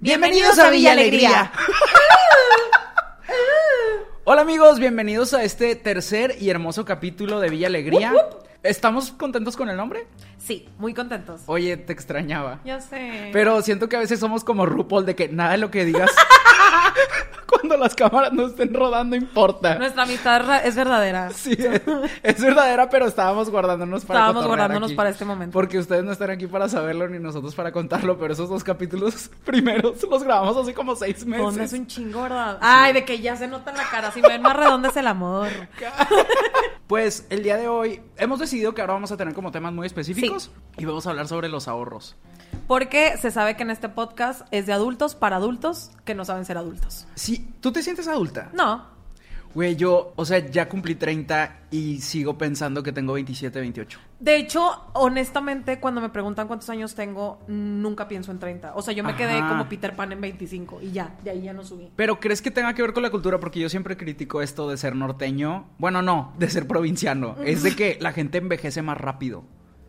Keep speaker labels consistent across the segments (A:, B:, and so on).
A: Bienvenidos a Villa Alegría. Hola amigos, bienvenidos a este tercer y hermoso capítulo de Villa Alegría. ¿Estamos contentos con el nombre?
B: Sí, muy contentos.
A: Oye, te extrañaba.
B: Ya sé.
A: Pero siento que a veces somos como RuPaul de que nada de lo que digas cuando las cámaras no estén rodando importa.
B: Nuestra amistad ra- es verdadera.
A: Sí, es, es verdadera, pero estábamos guardándonos para
B: Estábamos
A: cotorrear
B: guardándonos
A: aquí.
B: para este momento.
A: Porque ustedes no están aquí para saberlo ni nosotros para contarlo, pero esos dos capítulos primeros los grabamos hace como seis meses.
B: Onda es un chingo, ¿verdad? Ay, de que ya se nota en la cara. Si me ven más redonda es el amor.
A: Pues el día de hoy hemos decidido que ahora vamos a tener como temas muy específicos y vamos a hablar sobre los ahorros.
B: Porque se sabe que en este podcast es de adultos para adultos que no saben ser adultos.
A: Si tú te sientes adulta,
B: No.
A: güey, yo, o sea, ya cumplí 30 y sigo pensando que tengo 27, 28.
B: De hecho, honestamente, cuando me preguntan cuántos años tengo, nunca pienso en 30. O sea, yo me quedé
A: Ajá.
B: como Peter Pan en 25 y ya, de ahí ya no subí.
A: Pero ¿crees que tenga que ver con la cultura? Porque yo siempre critico esto de ser norteño. Bueno, no, de ser provinciano. Es de que la gente envejece más rápido.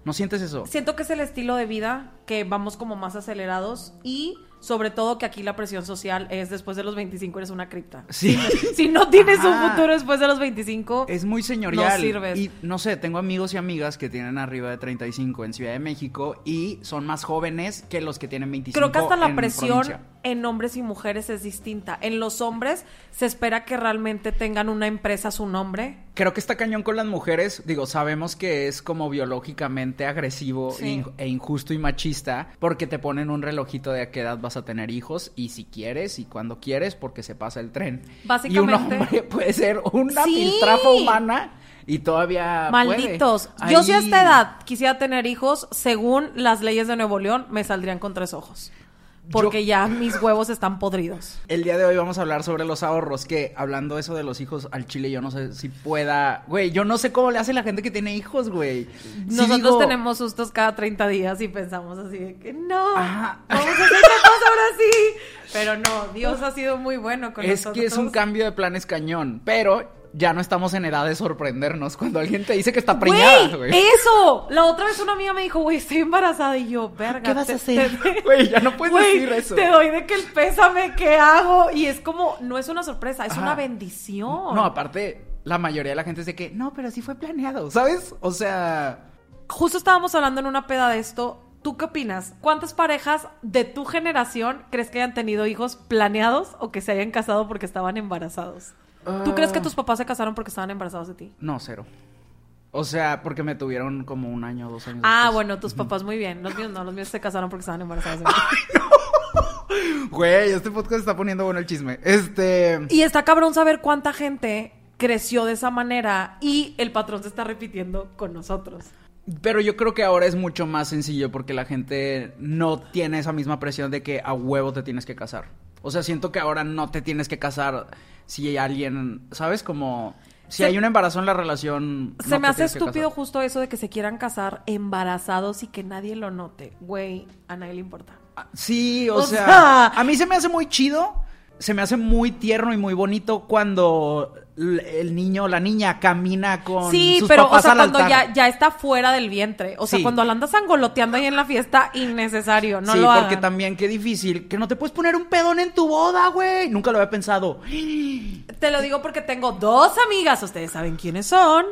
A: ¿No sientes eso?
B: Siento que es el estilo de vida que vamos como más acelerados y sobre todo que aquí la presión social es después de los 25 eres una cripta.
A: Sí.
B: Si no tienes
A: Ajá.
B: un futuro después de los 25,
A: Es muy señorial.
B: No sirves.
A: Y no sé, tengo amigos y amigas que tienen arriba de 35 en Ciudad de México y son más jóvenes que los que tienen 25.
B: creo que hasta la
A: en
B: presión
A: provincia.
B: en hombres y mujeres es distinta. En los hombres se espera que realmente tengan una empresa a su nombre.
A: Creo que está cañón con las mujeres. Digo, sabemos que es como biológicamente agresivo
B: Sí.
A: e in- e injusto y machista porque te ponen un relojito de a qué edad vas a tener hijos y si quieres y cuando quieres porque se pasa el tren. Y un
B: Básicamente-
A: hombre puede ser una
B: Sí.
A: piltrafa humana y todavía Ah, puede.
B: Malditos. Yo si a
A: Ahí-
B: esta edad quisiera tener hijos, según las leyes de Nuevo León, me saldrían con tres ojos. Porque ya mis huevos están podridos.
A: El día de hoy vamos a hablar sobre los ahorros, que hablando eso de los hijos al chile, yo no sé si pueda, güey, yo no sé cómo le hace la gente que tiene hijos, güey. Sí
B: Nosotros
A: digo,
B: tenemos sustos cada 30 días y pensamos así de que no,
A: Ajá.
B: vamos a hacer cosas ahora sí. Pero no, Dios ha sido muy bueno con
A: Es
B: nosotros.
A: que es un cambio de planes cañón, pero ya no estamos en edad de sorprendernos cuando alguien te dice que está preñada,
B: ¡Güey! eh,
A: güey.
B: ¡Eso! La otra vez una amiga me dijo, güey, estoy embarazada. Y yo, verga.
A: ¿Qué vas
B: te-
A: a hacer?
B: te-
A: Güey, ya no puedes
B: Güey,
A: decir eso.
B: Te doy de que el pésame, ¿qué hago? Y es como, no es una sorpresa, es
A: Ajá.
B: una bendición.
A: No, aparte, la mayoría de la gente es de que, no, pero sí fue planeado, ¿sabes? O sea,
B: Justo estábamos hablando en una peda de esto. ¿Tú qué opinas? ¿Cuántas parejas de tu generación crees que hayan tenido hijos planeados o que se hayan casado porque estaban embarazados? ¿Tú crees
A: Ah.
B: que tus papás se casaron porque estaban embarazados de ti?
A: no, cero. O sea, porque me tuvieron como un año o dos años.
B: Ah,
A: después.
B: bueno, tus papás muy bien. Los míos no, los míos se casaron porque estaban embarazados de mí.
A: Güey, este podcast está poniendo bueno el chisme. Este.
B: Y está cabrón saber cuánta gente creció de esa manera y el patrón se está repitiendo con nosotros.
A: Pero yo creo que ahora es mucho más sencillo porque la gente no tiene esa misma presión de que a huevo te tienes que casar. O sea, siento que ahora no te tienes que casar si alguien, ¿sabes? Como si
B: Se-
A: hay un embarazo en la relación.
B: Se
A: no te
B: me hace
A: tienes que
B: estúpido
A: casar.
B: justo eso de que se quieran casar embarazados y que nadie lo note. Güey, a nadie le importa.
A: Ah, Sí, o,
B: O
A: sea,
B: sea-
A: a mí se me hace muy chido, se me hace muy tierno y muy bonito cuando l- el niño o la niña camina con
B: Sí,
A: sus
B: pero o
A: papás
B: sea,
A: al
B: cuando
A: altar.
B: ya, ya está fuera del vientre. O sea,
A: Sí.
B: cuando la andas angoloteando ahí en la fiesta, innecesario. No
A: sí,
B: lo hagan.
A: porque también qué difícil, que no te puedes poner un pedón en tu boda, güey. Nunca lo había pensado.
B: Te lo digo porque tengo dos amigas, ustedes saben quiénes son.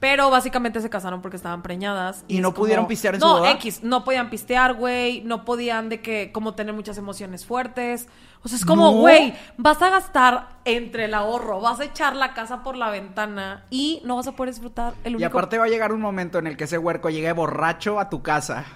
B: Pero básicamente se casaron porque estaban preñadas.
A: ¿Y
B: es
A: no pudieron pistear en su
B: no,
A: boda?
B: X, no podían pistear, güey. No podían de que, como tener muchas emociones fuertes. O sea, es como,
A: No.
B: güey, vas a gastar entre el ahorro, vas a echar la casa por la ventana y no vas a poder disfrutar el único
A: Y aparte va a llegar un momento en el que ese huerco llegue borracho a tu casa.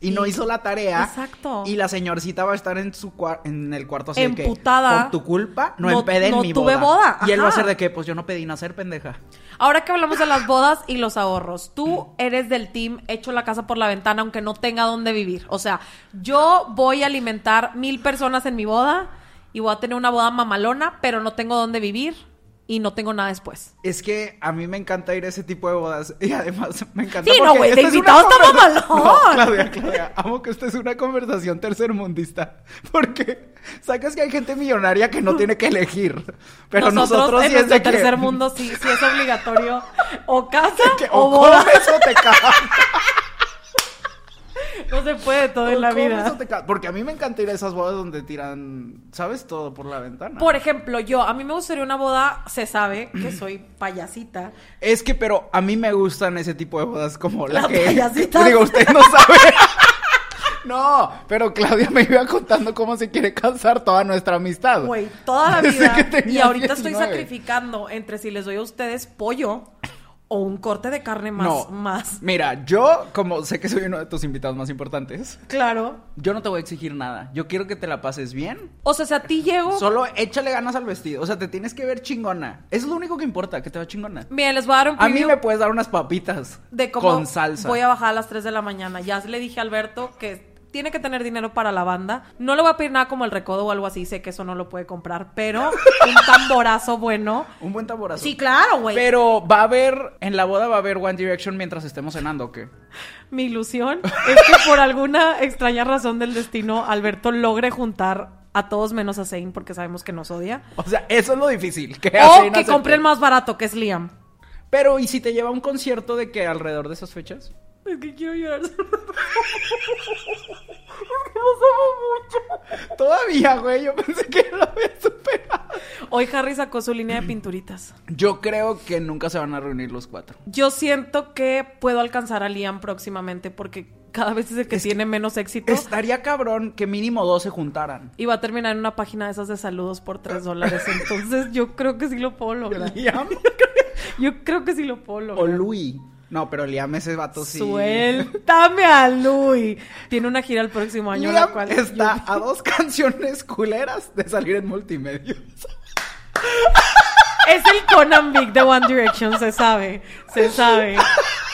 A: Y no
B: Y-
A: hizo la tarea.
B: Exacto.
A: Y la señorcita va a estar en su cua- en el cuarto así de que,
B: Emputada.
A: Por tu culpa no,
B: No-
A: empedé en
B: no
A: mi
B: tuve
A: boda.
B: boda,
A: Y él va a
B: ajá.
A: ser de que, pues yo no pedí nacer, pendeja.
B: Ahora que hablamos de las bodas y los ahorros, tú eres del team hecho la casa por la ventana aunque no tenga dónde vivir. O sea, yo voy a alimentar mil personas en mi boda y voy a tener una boda mamalona, pero no tengo dónde vivir y no tengo nada después.
A: Es que a mí me encanta ir a ese tipo de bodas y además me encanta.
B: Sí, no,
A: porque
B: güey,
A: esta
B: de
A: es una
B: invitado está
A: conversa-
B: mamalón.
A: No, Claudia, Claudia, amo que esta es una conversación tercermundista porque sacas que hay gente millonaria que no tiene que elegir, pero nosotros, sí es
B: en
A: de
B: nuestro
A: que,
B: tercer mundo sí, sí es obligatorio o casa
A: que
B: o,
A: o
B: boda.
A: comes o te cagas.
B: No se puede todo en la
A: o comes
B: vida.
A: o te cagas. Porque a mí me encanta ir a esas bodas donde tiran, ¿sabes? Todo por la ventana.
B: Por ejemplo, yo, a mí me gustaría una boda, se sabe que soy payasita.
A: Es que, pero a mí me gustan ese tipo de bodas como la,
B: Las
A: que.
B: payasitas.
A: Digo, usted no sabe. no, pero Claudia me iba contando cómo se quiere casar toda nuestra amistad.
B: Güey, toda la
A: Desde
B: vida.
A: que tenía
B: Y ahorita estoy
A: 19.
B: sacrificando entre si les doy a ustedes pollo o un corte de carne más.
A: No,
B: más.
A: Mira, yo, como sé que soy uno de tus invitados más importantes,
B: Claro.
A: yo no te voy a exigir nada. Yo quiero que te la pases bien.
B: O sea, si a ti llego.
A: Solo échale ganas al vestido. O sea, te tienes que ver chingona. Es lo único que importa, que te va chingona.
B: Miren, les voy a dar un
A: A mí
B: preview
A: me puedes dar unas papitas
B: de cómo
A: con salsa.
B: voy a bajar a las 3 de la mañana. Ya le dije a Alberto que tiene que tener dinero para la banda. No le voy a pedir nada como el recodo o algo así. Sé que eso no lo puede comprar, pero un tamborazo bueno.
A: Un buen tamborazo.
B: Sí, claro, güey.
A: Pero va a haber, en la boda va a haber One Direction mientras estemos cenando, ¿o qué?
B: Mi ilusión es que por alguna extraña razón del destino, Alberto logre juntar a todos menos a Zane porque sabemos que nos odia.
A: O sea, eso es lo difícil. Que
B: O
A: así no
B: que
A: acepte.
B: compre el más barato, que es Liam.
A: Pero, ¿y si te lleva a un concierto de que alrededor de esas fechas?
B: Es que quiero llorar.
A: Todavía, güey, yo pensé que lo había superado.
B: Hoy Harry sacó su línea de pinturitas.
A: Yo creo que nunca se van a reunir los cuatro.
B: Yo siento que puedo alcanzar a Liam próximamente porque cada vez es el que tiene menos éxito.
A: Estaría cabrón que mínimo dos se juntaran.
B: Y va a terminar en una página de esas de saludos por 3 dólares. Entonces yo creo que sí lo puedo lograr.
A: ¿Liam?
B: Yo creo que sí lo puedo lograr.
A: o Louis. No, pero Liam ese vato sí.
B: Suéltame a Luis. Tiene una gira el próximo año, la
A: Liam
B: cual.
A: está a dos canciones culeras de salir en multimedia.
B: Es el Conan Big de One Direction, se sabe. Se sabe.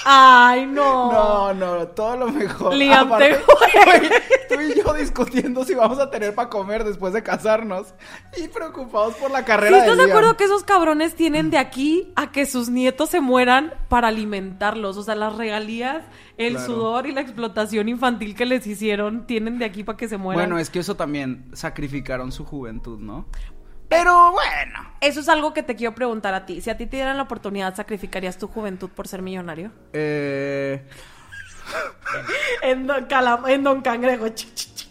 B: Ay, no.
A: No, no, todo lo mejor.
B: Liam,
A: Aparte,
B: te-
A: güey, tú y yo discutiendo si vamos a tener para comer después de casarnos y preocupados por la
B: ¿Sí
A: carrera de
B: estás de
A: Liam.
B: acuerdo que esos cabrones tienen de aquí a que sus nietos se mueran para alimentarlos? O sea, las regalías, el
A: Claro.
B: sudor y la explotación infantil que les hicieron, tienen de aquí para que se mueran.
A: Bueno, es que eso también sacrificaron su juventud, ¿no? Pero bueno.
B: Eso es algo que te quiero preguntar a ti. Si a ti te dieran la oportunidad, ¿sacrificarías tu juventud por ser millonario?
A: Eh,
B: En Don, Calam- en don Cangrejo. chi, chi, chi.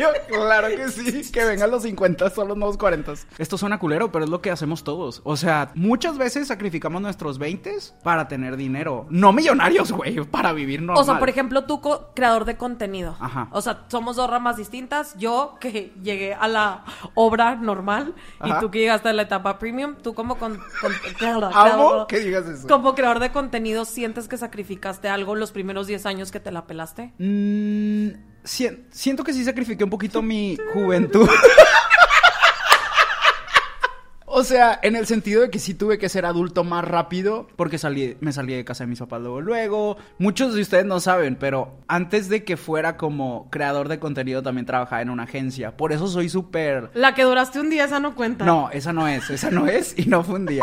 A: yo, claro que sí, que vengan los 50, son los nuevos 40. Esto suena culero, pero es lo que hacemos todos. O sea, muchas veces sacrificamos nuestros 20 para tener dinero. No millonarios, güey, para vivir normal.
B: O sea, por ejemplo, tú co- creador de contenido.
A: Ajá.
B: O sea, somos dos ramas distintas. Yo que llegué a la obra normal
A: Ajá.
B: y tú que llegaste a la etapa premium, tú como con, con- creador-
A: Amo que digas eso.
B: Como creador de contenido, ¿sientes que sacrificaste algo los primeros 10 años que te la pelaste?
A: Mm, sien- siento que sí sacrifiqué un poquito mi juventud. O sea, en el sentido de que sí tuve que ser adulto más rápido porque salí, me salí de casa de mis papás luego, luego. Muchos de ustedes no saben, pero antes de que fuera como creador de contenido también trabajaba en una agencia. Por eso soy súper...
B: La que duraste un día, esa no cuenta.
A: No, esa no es, esa no es y no fue un día.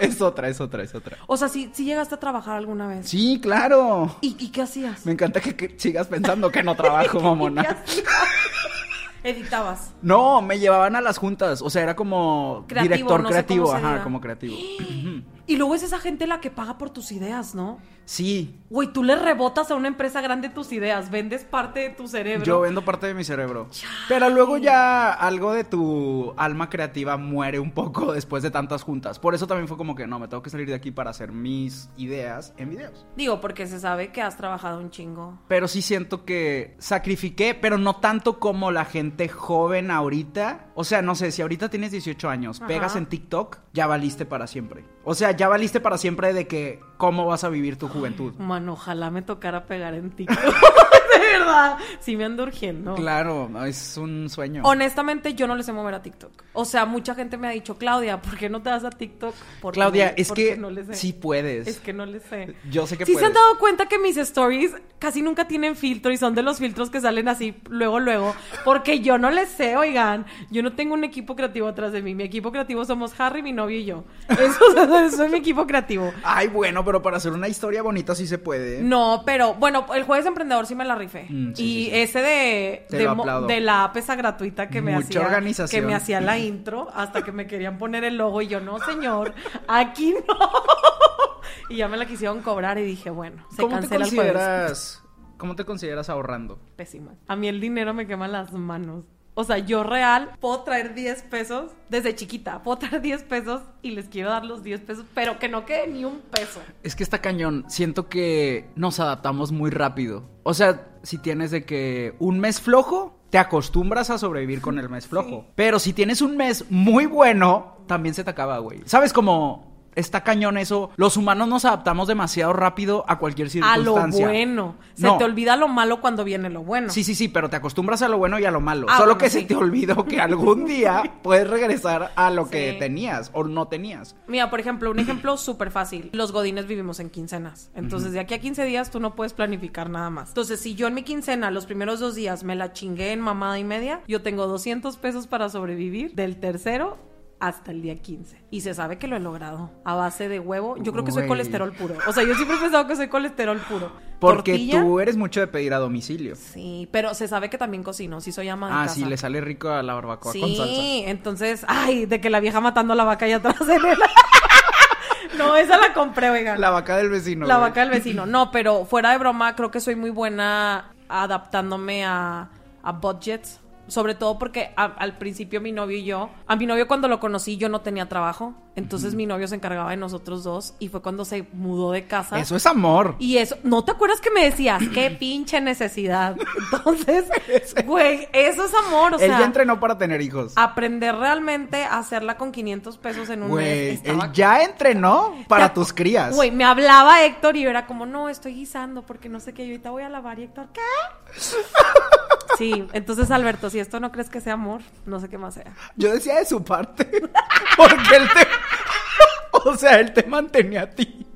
A: Es otra, es otra, es otra.
B: O sea, sí, sí llegaste a trabajar alguna vez.
A: Sí, claro.
B: ¿Y, y qué hacías?
A: Me encanta que, que sigas pensando que no trabajo, mamona.
B: ¿Qué hacías? Editabas.
A: No, me llevaban a las juntas. O sea, era como
B: Creativo,
A: director
B: no sé
A: creativo.
B: cómo se
A: Ajá,
B: diga.
A: como creativo.
B: Y luego es esa gente la que paga por tus ideas, ¿no?
A: Sí,
B: Güey, tú le rebotas a una empresa grande tus ideas, vendes parte de tu cerebro.
A: yo vendo parte de mi cerebro. Pero luego ya algo de tu alma creativa muere un poco después de tantas juntas. Por eso también fue como que no, me tengo que salir de aquí para hacer mis ideas en videos.
B: Digo, porque se sabe que has trabajado un chingo.
A: Pero sí siento que sacrifiqué, pero no tanto como la gente joven ahorita. O sea, no sé, si ahorita tienes 18 años,
B: Ajá.
A: pegas en TikTok, ya valiste para siempre. O sea, ya valiste para siempre de que cómo vas a vivir tu juventud.
B: Mano, ojalá me tocara pegar en TikTok. de verdad. Sí me ando urgiendo.
A: Claro, es un sueño.
B: Honestamente, yo no les sé mover a TikTok. O sea, mucha gente me ha dicho, Claudia, ¿por qué no te vas a TikTok? Porque
A: Claudia,
B: no-
A: es
B: porque
A: que
B: no les sé.
A: sí pues. puedes.
B: Es que no les sé.
A: Yo sé que
B: ¿Sí se
A: puedes.
B: han dado cuenta que mis stories casi nunca tienen filtro y son de los filtros que salen así luego, luego? Porque yo no les sé, oigan. Yo no tengo un equipo creativo atrás de mí. Mi equipo creativo somos Harry, mi novio y yo. Eso, eso es mi equipo creativo.
A: Ay, bueno, pero para hacer una historia bonita sí se puede.
B: No, pero bueno, el jueves emprendedor sí me la rifé.
A: Mm, sí, sí,
B: y
A: sí.
B: ese de,
A: Te
B: de
A: lo
B: mo-
A: aplaudo.
B: de la app esa gratuita que me
A: Mucha
B: hacía
A: organización.
B: que me hacía la intro hasta que me querían poner el logo y yo no, señor, aquí no. Y ya me la quisieron cobrar y dije, bueno, se
A: ¿Cómo te
B: cancela el jueves.
A: consideras? ¿Cómo te consideras ahorrando?
B: Pésima. A mí el dinero me quema las manos. O sea, yo real puedo traer 10 pesos desde chiquita, puedo traer 10 pesos y les quiero dar los 10 pesos, pero que no quede ni un peso.
A: Es que está cañón. Siento que nos adaptamos muy rápido. O sea, si tienes de que un mes flojo, te acostumbras a sobrevivir con el mes flojo. Pero si tienes un mes muy bueno, también se te acaba, güey. ¿Sabes cómo está cañón eso? Los humanos nos adaptamos demasiado rápido a cualquier
B: a
A: circunstancia.
B: lo bueno. Se
A: No.
B: te olvida lo malo cuando viene lo bueno.
A: Sí, sí, sí, pero te acostumbras a lo bueno y a lo malo.
B: Ah,
A: Solo
B: bueno,
A: que se
B: sí.
A: te olvidó que algún día puedes regresar a lo que
B: Sí.
A: tenías o no tenías.
B: Mira, por ejemplo, un ejemplo súper fácil. Los godines vivimos en quincenas. Entonces, de aquí a 15 días tú no puedes planificar nada más. Entonces, si yo en mi quincena los primeros dos días me la chingué en mamada y media, yo tengo 200 pesos para sobrevivir del tercero hasta el día 15. Y se sabe que lo he logrado. A base de huevo. Yo creo que soy
A: Güey.
B: colesterol puro. O sea, yo siempre he pensado que soy colesterol puro.
A: Porque
B: Tortilla,
A: tú eres mucho de pedir a domicilio.
B: Sí, pero se sabe que también cocino. Sí soy ama de
A: Ah,
B: casa.
A: sí, le sale rico a la barbacoa
B: Sí,
A: con salsa.
B: entonces, ay, de que la vieja matando a la vaca allá atrás en el... No, esa la compré, oigan.
A: La vaca del vecino.
B: La
A: güey.
B: vaca del vecino. No, pero fuera de broma, creo que soy muy buena adaptándome a, a budgets. Sobre todo porque a- al principio mi novio y yo, a mi novio cuando lo conocí yo no tenía trabajo, entonces mi novio se encargaba de nosotros dos y fue cuando se mudó de casa.
A: Eso es amor.
B: Y eso, ¿no te acuerdas que me decías qué pinche necesidad? Entonces, güey, eso es amor, o
A: Él
B: sea. ah,
A: ya entrenó para tener hijos.
B: Aprender realmente a hacerla con 500 pesos en un mes.
A: Güey, él
B: estaba-
A: ya entrenó para
B: Te-
A: tus crías.
B: Güey, me hablaba Héctor y yo era como, no, estoy guisando porque no sé qué, yo ahorita voy a lavar y Héctor, ¿qué? Sí, entonces Alberto, si esto no crees que sea amor, no sé qué más sea.
A: Yo decía de su parte. Porque él te. o sea, él te mantenía a ti.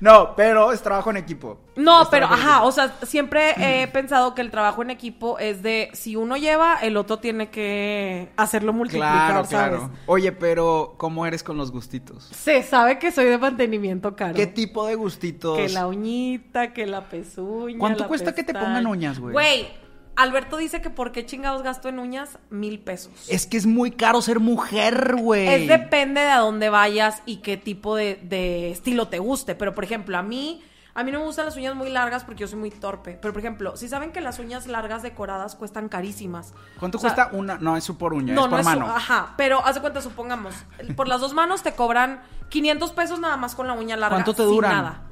A: No, pero es trabajo en equipo.
B: No,
A: Es
B: pero
A: trabajo en
B: ajá,
A: equipo.
B: o sea, siempre he pensado que el trabajo en equipo es de si uno lleva, el otro tiene que hacerlo multiplicar,
A: Claro,
B: ¿sabes?
A: claro. Oye, pero ¿cómo eres con los gustitos?
B: Se sabe que soy de mantenimiento caro.
A: ¿Qué tipo de gustitos?
B: Que la uñita, que la pezuña.
A: ¿Cuánto
B: la
A: cuesta que te
B: pestaña?
A: pongan uñas, güey?
B: Güey, Alberto dice que por qué chingados gasto en uñas mil pesos.
A: Es que es muy caro ser mujer, güey.
B: Es depende de a dónde vayas y qué tipo de, de estilo te guste. Pero, por ejemplo, a mí, a mí no me gustan las uñas muy largas porque yo soy muy torpe. Pero, por ejemplo, si saben que las uñas largas decoradas cuestan carísimas.
A: ¿Cuánto
B: O sea,
A: cuesta una? No, es su por uña, es por
B: su- ah.
A: mano.
B: ajá, pero haz de cuenta, supongamos, por las dos manos te cobran 500 pesos nada más con la uña larga.
A: ¿Cuánto te
B: sin
A: duran?
B: nada.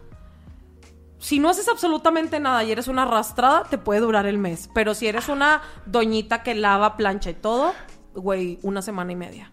B: Si no haces absolutamente nada y eres una arrastrada, te puede durar el mes. Pero si eres una doñita que lava, plancha y todo, güey, una semana y media.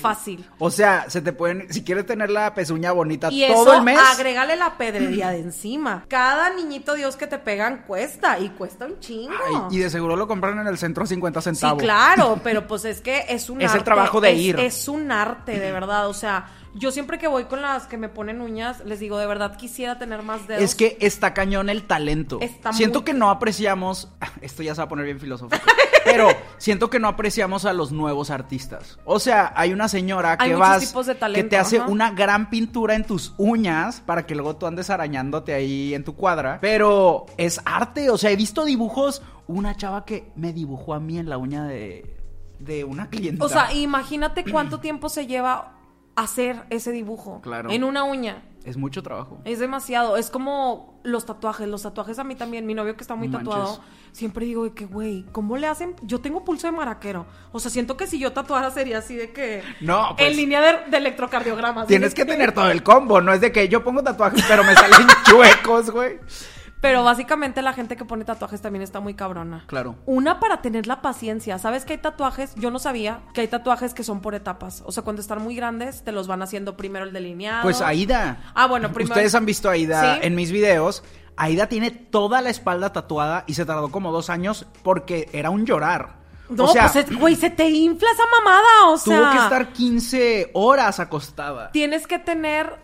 B: Fácil.
A: O sea, se te pueden, si quieres tener la pezuña bonita
B: Y
A: todo
B: eso,
A: el mes.
B: agrégale la pedrería de encima. Cada niñito Dios que te pegan cuesta y cuesta un chingo.
A: Ay, y de seguro lo compran en el centro a 50
B: Sí,
A: centavos.
B: claro, pero pues es que es un
A: Es el
B: arte.
A: trabajo de
B: es-
A: ir.
B: Es un arte, de verdad. O sea, yo siempre que voy con las que me ponen uñas, les digo, de verdad quisiera tener más dedos.
A: Es que está cañón el talento.
B: Está
A: siento
B: muy-
A: que no apreciamos. ah, Esto ya se va a poner bien filosófico. pero siento que no apreciamos a los nuevos artistas. O sea, hay una señora
B: Hay
A: que
B: muchos
A: vas.
B: tipos de
A: que
B: talento,
A: te hace
B: ajá.
A: una gran pintura en tus uñas para que luego tú andes arañándote ahí en tu cuadra. Pero es arte. O sea, he visto dibujos. Una chava que me dibujó a mí en la uña de. De una clienta.
B: O sea, imagínate cuánto tiempo se lleva hacer ese dibujo.
A: Claro.
B: En una uña.
A: Es mucho trabajo.
B: Es demasiado. Es como los tatuajes. Los tatuajes a mí también. Mi novio que está muy
A: No
B: tatuado.
A: manches.
B: Siempre digo de que, güey, ¿cómo le hacen? Yo tengo pulso de maraquero. O sea, siento que si yo tatuara sería así de que.
A: No, pues.
B: En línea de, de electrocardiogramas.
A: Tienes
B: ¿sí?
A: que tener todo el combo, no es de que yo pongo tatuajes pero me salen chuecos, güey.
B: Pero básicamente la gente que pone tatuajes también está muy cabrona.
A: Claro.
B: Una para tener la paciencia. ¿Sabes que hay tatuajes? Yo no sabía que hay tatuajes que son por etapas. O sea, cuando están muy grandes, te los van haciendo primero el delineado.
A: Pues Aida.
B: Ah, bueno, primero.
A: Ustedes han visto a Aida
B: Sí.
A: en mis videos. Aida tiene toda la espalda tatuada y se tardó como dos años porque era un llorar.
B: No,
A: o sea,
B: pues, es- güey, se te infla esa mamada. O sea.
A: tuvo que estar 15 horas acostada.
B: Tienes que tener,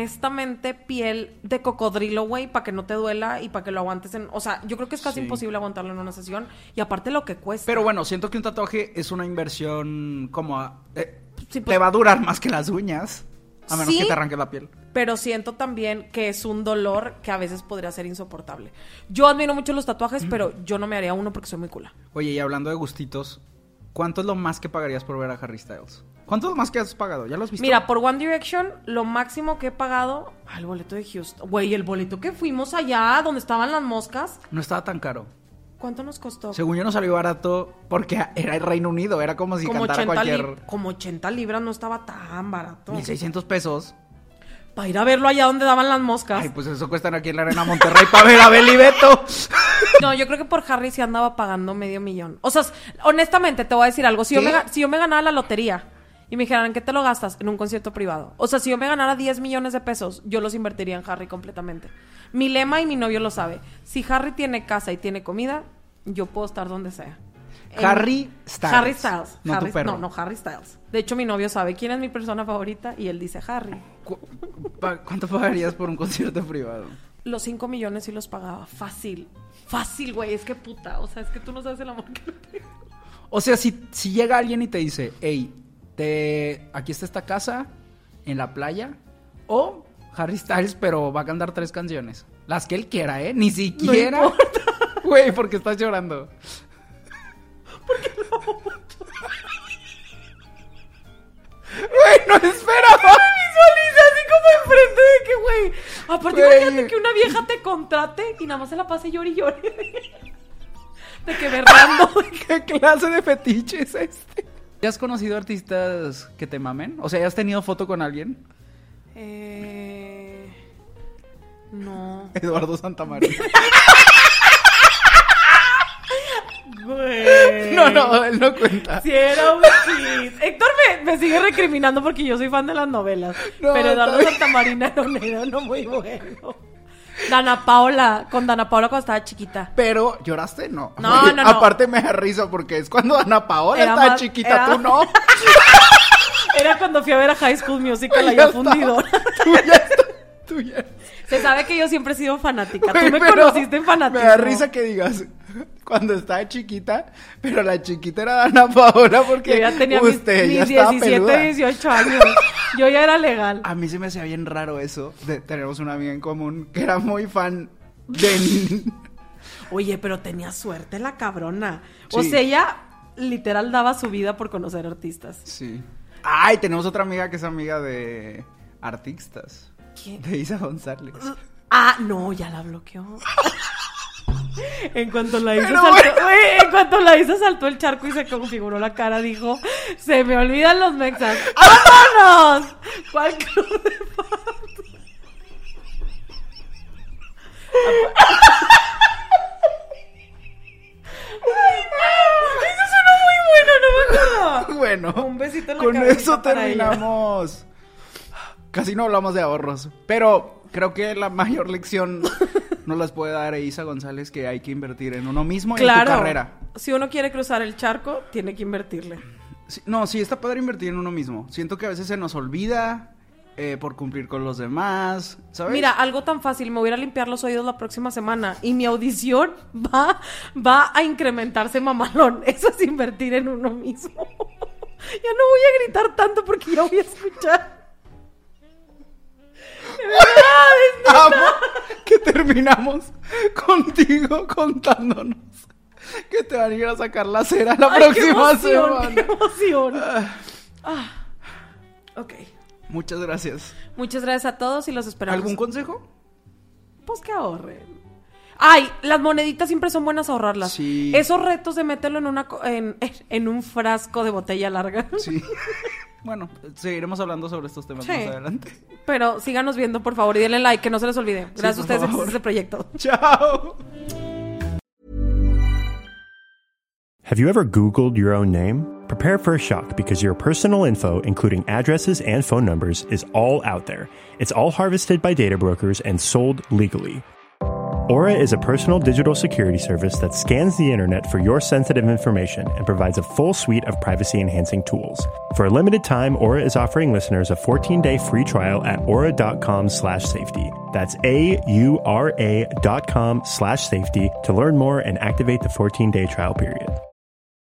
B: honestamente, piel de cocodrilo, güey, para que no te duela y para que lo aguantes en... O sea, yo creo que es casi
A: Sí.
B: imposible aguantarlo en una sesión. Y aparte lo que cuesta.
A: Pero bueno, siento que un tatuaje es una inversión como... a- eh,
B: Sí, pues-
A: te va a durar más que las uñas. A menos
B: Sí.
A: que te arranques la piel.
B: Pero siento también que es un dolor que a veces podría ser insoportable. Yo admiro mucho los
A: Mm.
B: tatuajes, pero yo no me haría uno porque soy muy cula.
A: Oye, y hablando de gustitos, ¿cuánto es lo más que pagarías por ver a Harry Styles? ¿Cuánto es lo más que has pagado? ¿Ya lo has visto?
B: Mira, por One Direction, lo máximo que he pagado al boleto de Houston. Güey, el boleto que fuimos allá, donde estaban las moscas,
A: No estaba tan caro.
B: ¿cuánto nos costó?
A: Según yo no salió barato porque era el Reino Unido, era como si
B: como,
A: cantara
B: 80 lib-
A: cualquier
B: como 80 libras no estaba tan barato.
A: 1600 pesos.
B: Para ir a verlo allá donde daban las moscas.
A: Ay, pues eso cuestan aquí en la Arena Monterrey para ver a Beli Beto.
B: No, yo creo que por Harry se andaba pagando medio millón. O sea, s- honestamente te voy a decir algo. Si yo,
A: ¿Qué?
B: me, ga- si yo me ganara la lotería y me dijeran, ¿en qué te lo gastas? En un concierto privado. O sea, si yo me ganara 10 millones de pesos, yo los invertiría en Harry completamente. Mi lema y mi novio lo sabe. Si Harry tiene casa y tiene comida, yo puedo estar donde sea. En-
A: Harry Styles.
B: Harry Styles.
A: No
B: Harry-
A: tu perro.
B: no, no, Harry Styles. De hecho, mi novio sabe quién es mi persona favorita y él dice Harry.
A: ¿Cu- pa- ¿Cuánto pagarías por un concierto privado?
B: Los 5 millones sí los pagaba. Fácil. Fácil, güey. Es que puta. O sea, es que tú no sabes el amor que le tengo.
A: O sea, si, si llega alguien y te dice, hey, te... aquí está esta casa, en la playa, o Harry Styles, pero va a cantar tres canciones. Las que él quiera, ¿eh? Ni siquiera. Güey, porque estás llorando. Güey, no esperaba.
B: visualiza así como enfrente de que, güey. Aparte,
A: Güey.
B: imagínate que una vieja te contrate y nada más se la pase llore y llore. De que berrando.
A: ¿Qué clase de fetiche es este? ¿Ya has conocido artistas que te mamen? O sea, ¿ya has tenido foto con alguien?
B: eh. No.
A: Eduardo Santamaría.
B: Güey.
A: No, no, él no cuenta.
B: Si era un chiste. Héctor me, me sigue recriminando porque yo soy fan de las novelas.
A: No,
B: pero Eduardo
A: está bien.
B: Santamarina era un no muy bueno. Dana Paola, con Dana Paola cuando estaba chiquita.
A: Pero, ¿lloraste? No.
B: No,
A: Oye,
B: no, no.
A: Aparte me da risa porque es cuando Ana Paola
B: Era
A: estaba
B: más-
A: chiquita,
B: era-
A: tú no.
B: Era cuando fui a ver a High School Musical
A: Ya
B: allá
A: está.
B: fundido.
A: Tú ya estás- tú ya-
B: Se sabe que yo siempre he sido fanática. Tú
A: Güey,
B: me
A: pero
B: conociste en fanatismo.
A: Me da risa que digas, cuando estaba chiquita, pero la chiquita era Ana Paola porque
B: Yo ya tenía mis-
A: usted
B: mis,
A: ya estaba
B: 17,
A: peluda.
B: 18 años. Yo ya era legal.
A: A mí se me hacía bien raro eso. De, tenemos una amiga en común que era muy fan de...
B: Oye, pero tenía suerte la cabrona. O
A: Sí.
B: sea, ella literal daba su vida por conocer artistas.
A: Sí. Ay, tenemos otra amiga que es amiga de artistas.
B: ¿Quién?
A: De Isa González.
B: Ah, no, ya la bloqueó. En cuanto la Isa
A: Pero
B: saltó,
A: bueno.
B: Güey, en cuanto la Isa saltó el charco y se configuró la cara, dijo, se me olvidan los mexas. ¡Vámonos! ¿Cuál club de fans? Ay, no. Eso suena muy bueno, no me acuerdo.
A: Bueno,
B: Un besito en la
A: con
B: cabecita
A: eso
B: para
A: terminamos. Casi no hablamos de ahorros, pero creo que la mayor lección nos las puede dar Isa González que hay que invertir en uno mismo y en tu carrera.
B: Si uno quiere cruzar el charco, tiene que invertirle.
A: Sí, No, sí, está padre invertir en uno mismo. Siento que a veces se nos olvida eh, por cumplir con los demás, ¿sabes?
B: Mira, algo tan fácil, me voy a ir a limpiar los oídos la próxima semana y mi audición va, va a incrementarse mamalón. Eso es invertir en uno mismo. ya no voy a gritar tanto porque ya voy a escuchar. De verdad, es-
A: Amo que terminamos contigo contándonos que te van a ir a sacar la cera la
B: ay, qué
A: próxima
B: emoción, qué
A: semana.
B: emoción. Ah, ok.
A: Muchas gracias.
B: Muchas gracias a todos y los esperamos.
A: ¿Algún consejo?
B: Pues que ahorren. Ay, las moneditas siempre son buenas ahorrarlas.
A: Sí.
B: Esos retos de meterlo en una co- en, en un frasco de botella larga.
A: Sí. Bueno, seguiremos hablando sobre estos temas
B: Sí.
A: más adelante.
B: Pero síganos viendo, por favor, y denle like, que no se les olvide. Gracias a
A: por
B: ustedes existe
A: favor.
B: este proyecto.
A: ¡Chao!
C: Have you ever Googled your own name? Prepare for a shock because your personal info, including addresses and phone numbers, is all out there. It's all harvested by data brokers and sold legally. Aura is a personal digital security service that scans the internet for your sensitive information and provides a full suite of privacy enhancing tools. For a limited time, Aura is offering listeners a 14-day free trial at aura.com slash safety. That's A-U-R-A dot com slash safety to learn more and activate the 14-day trial period.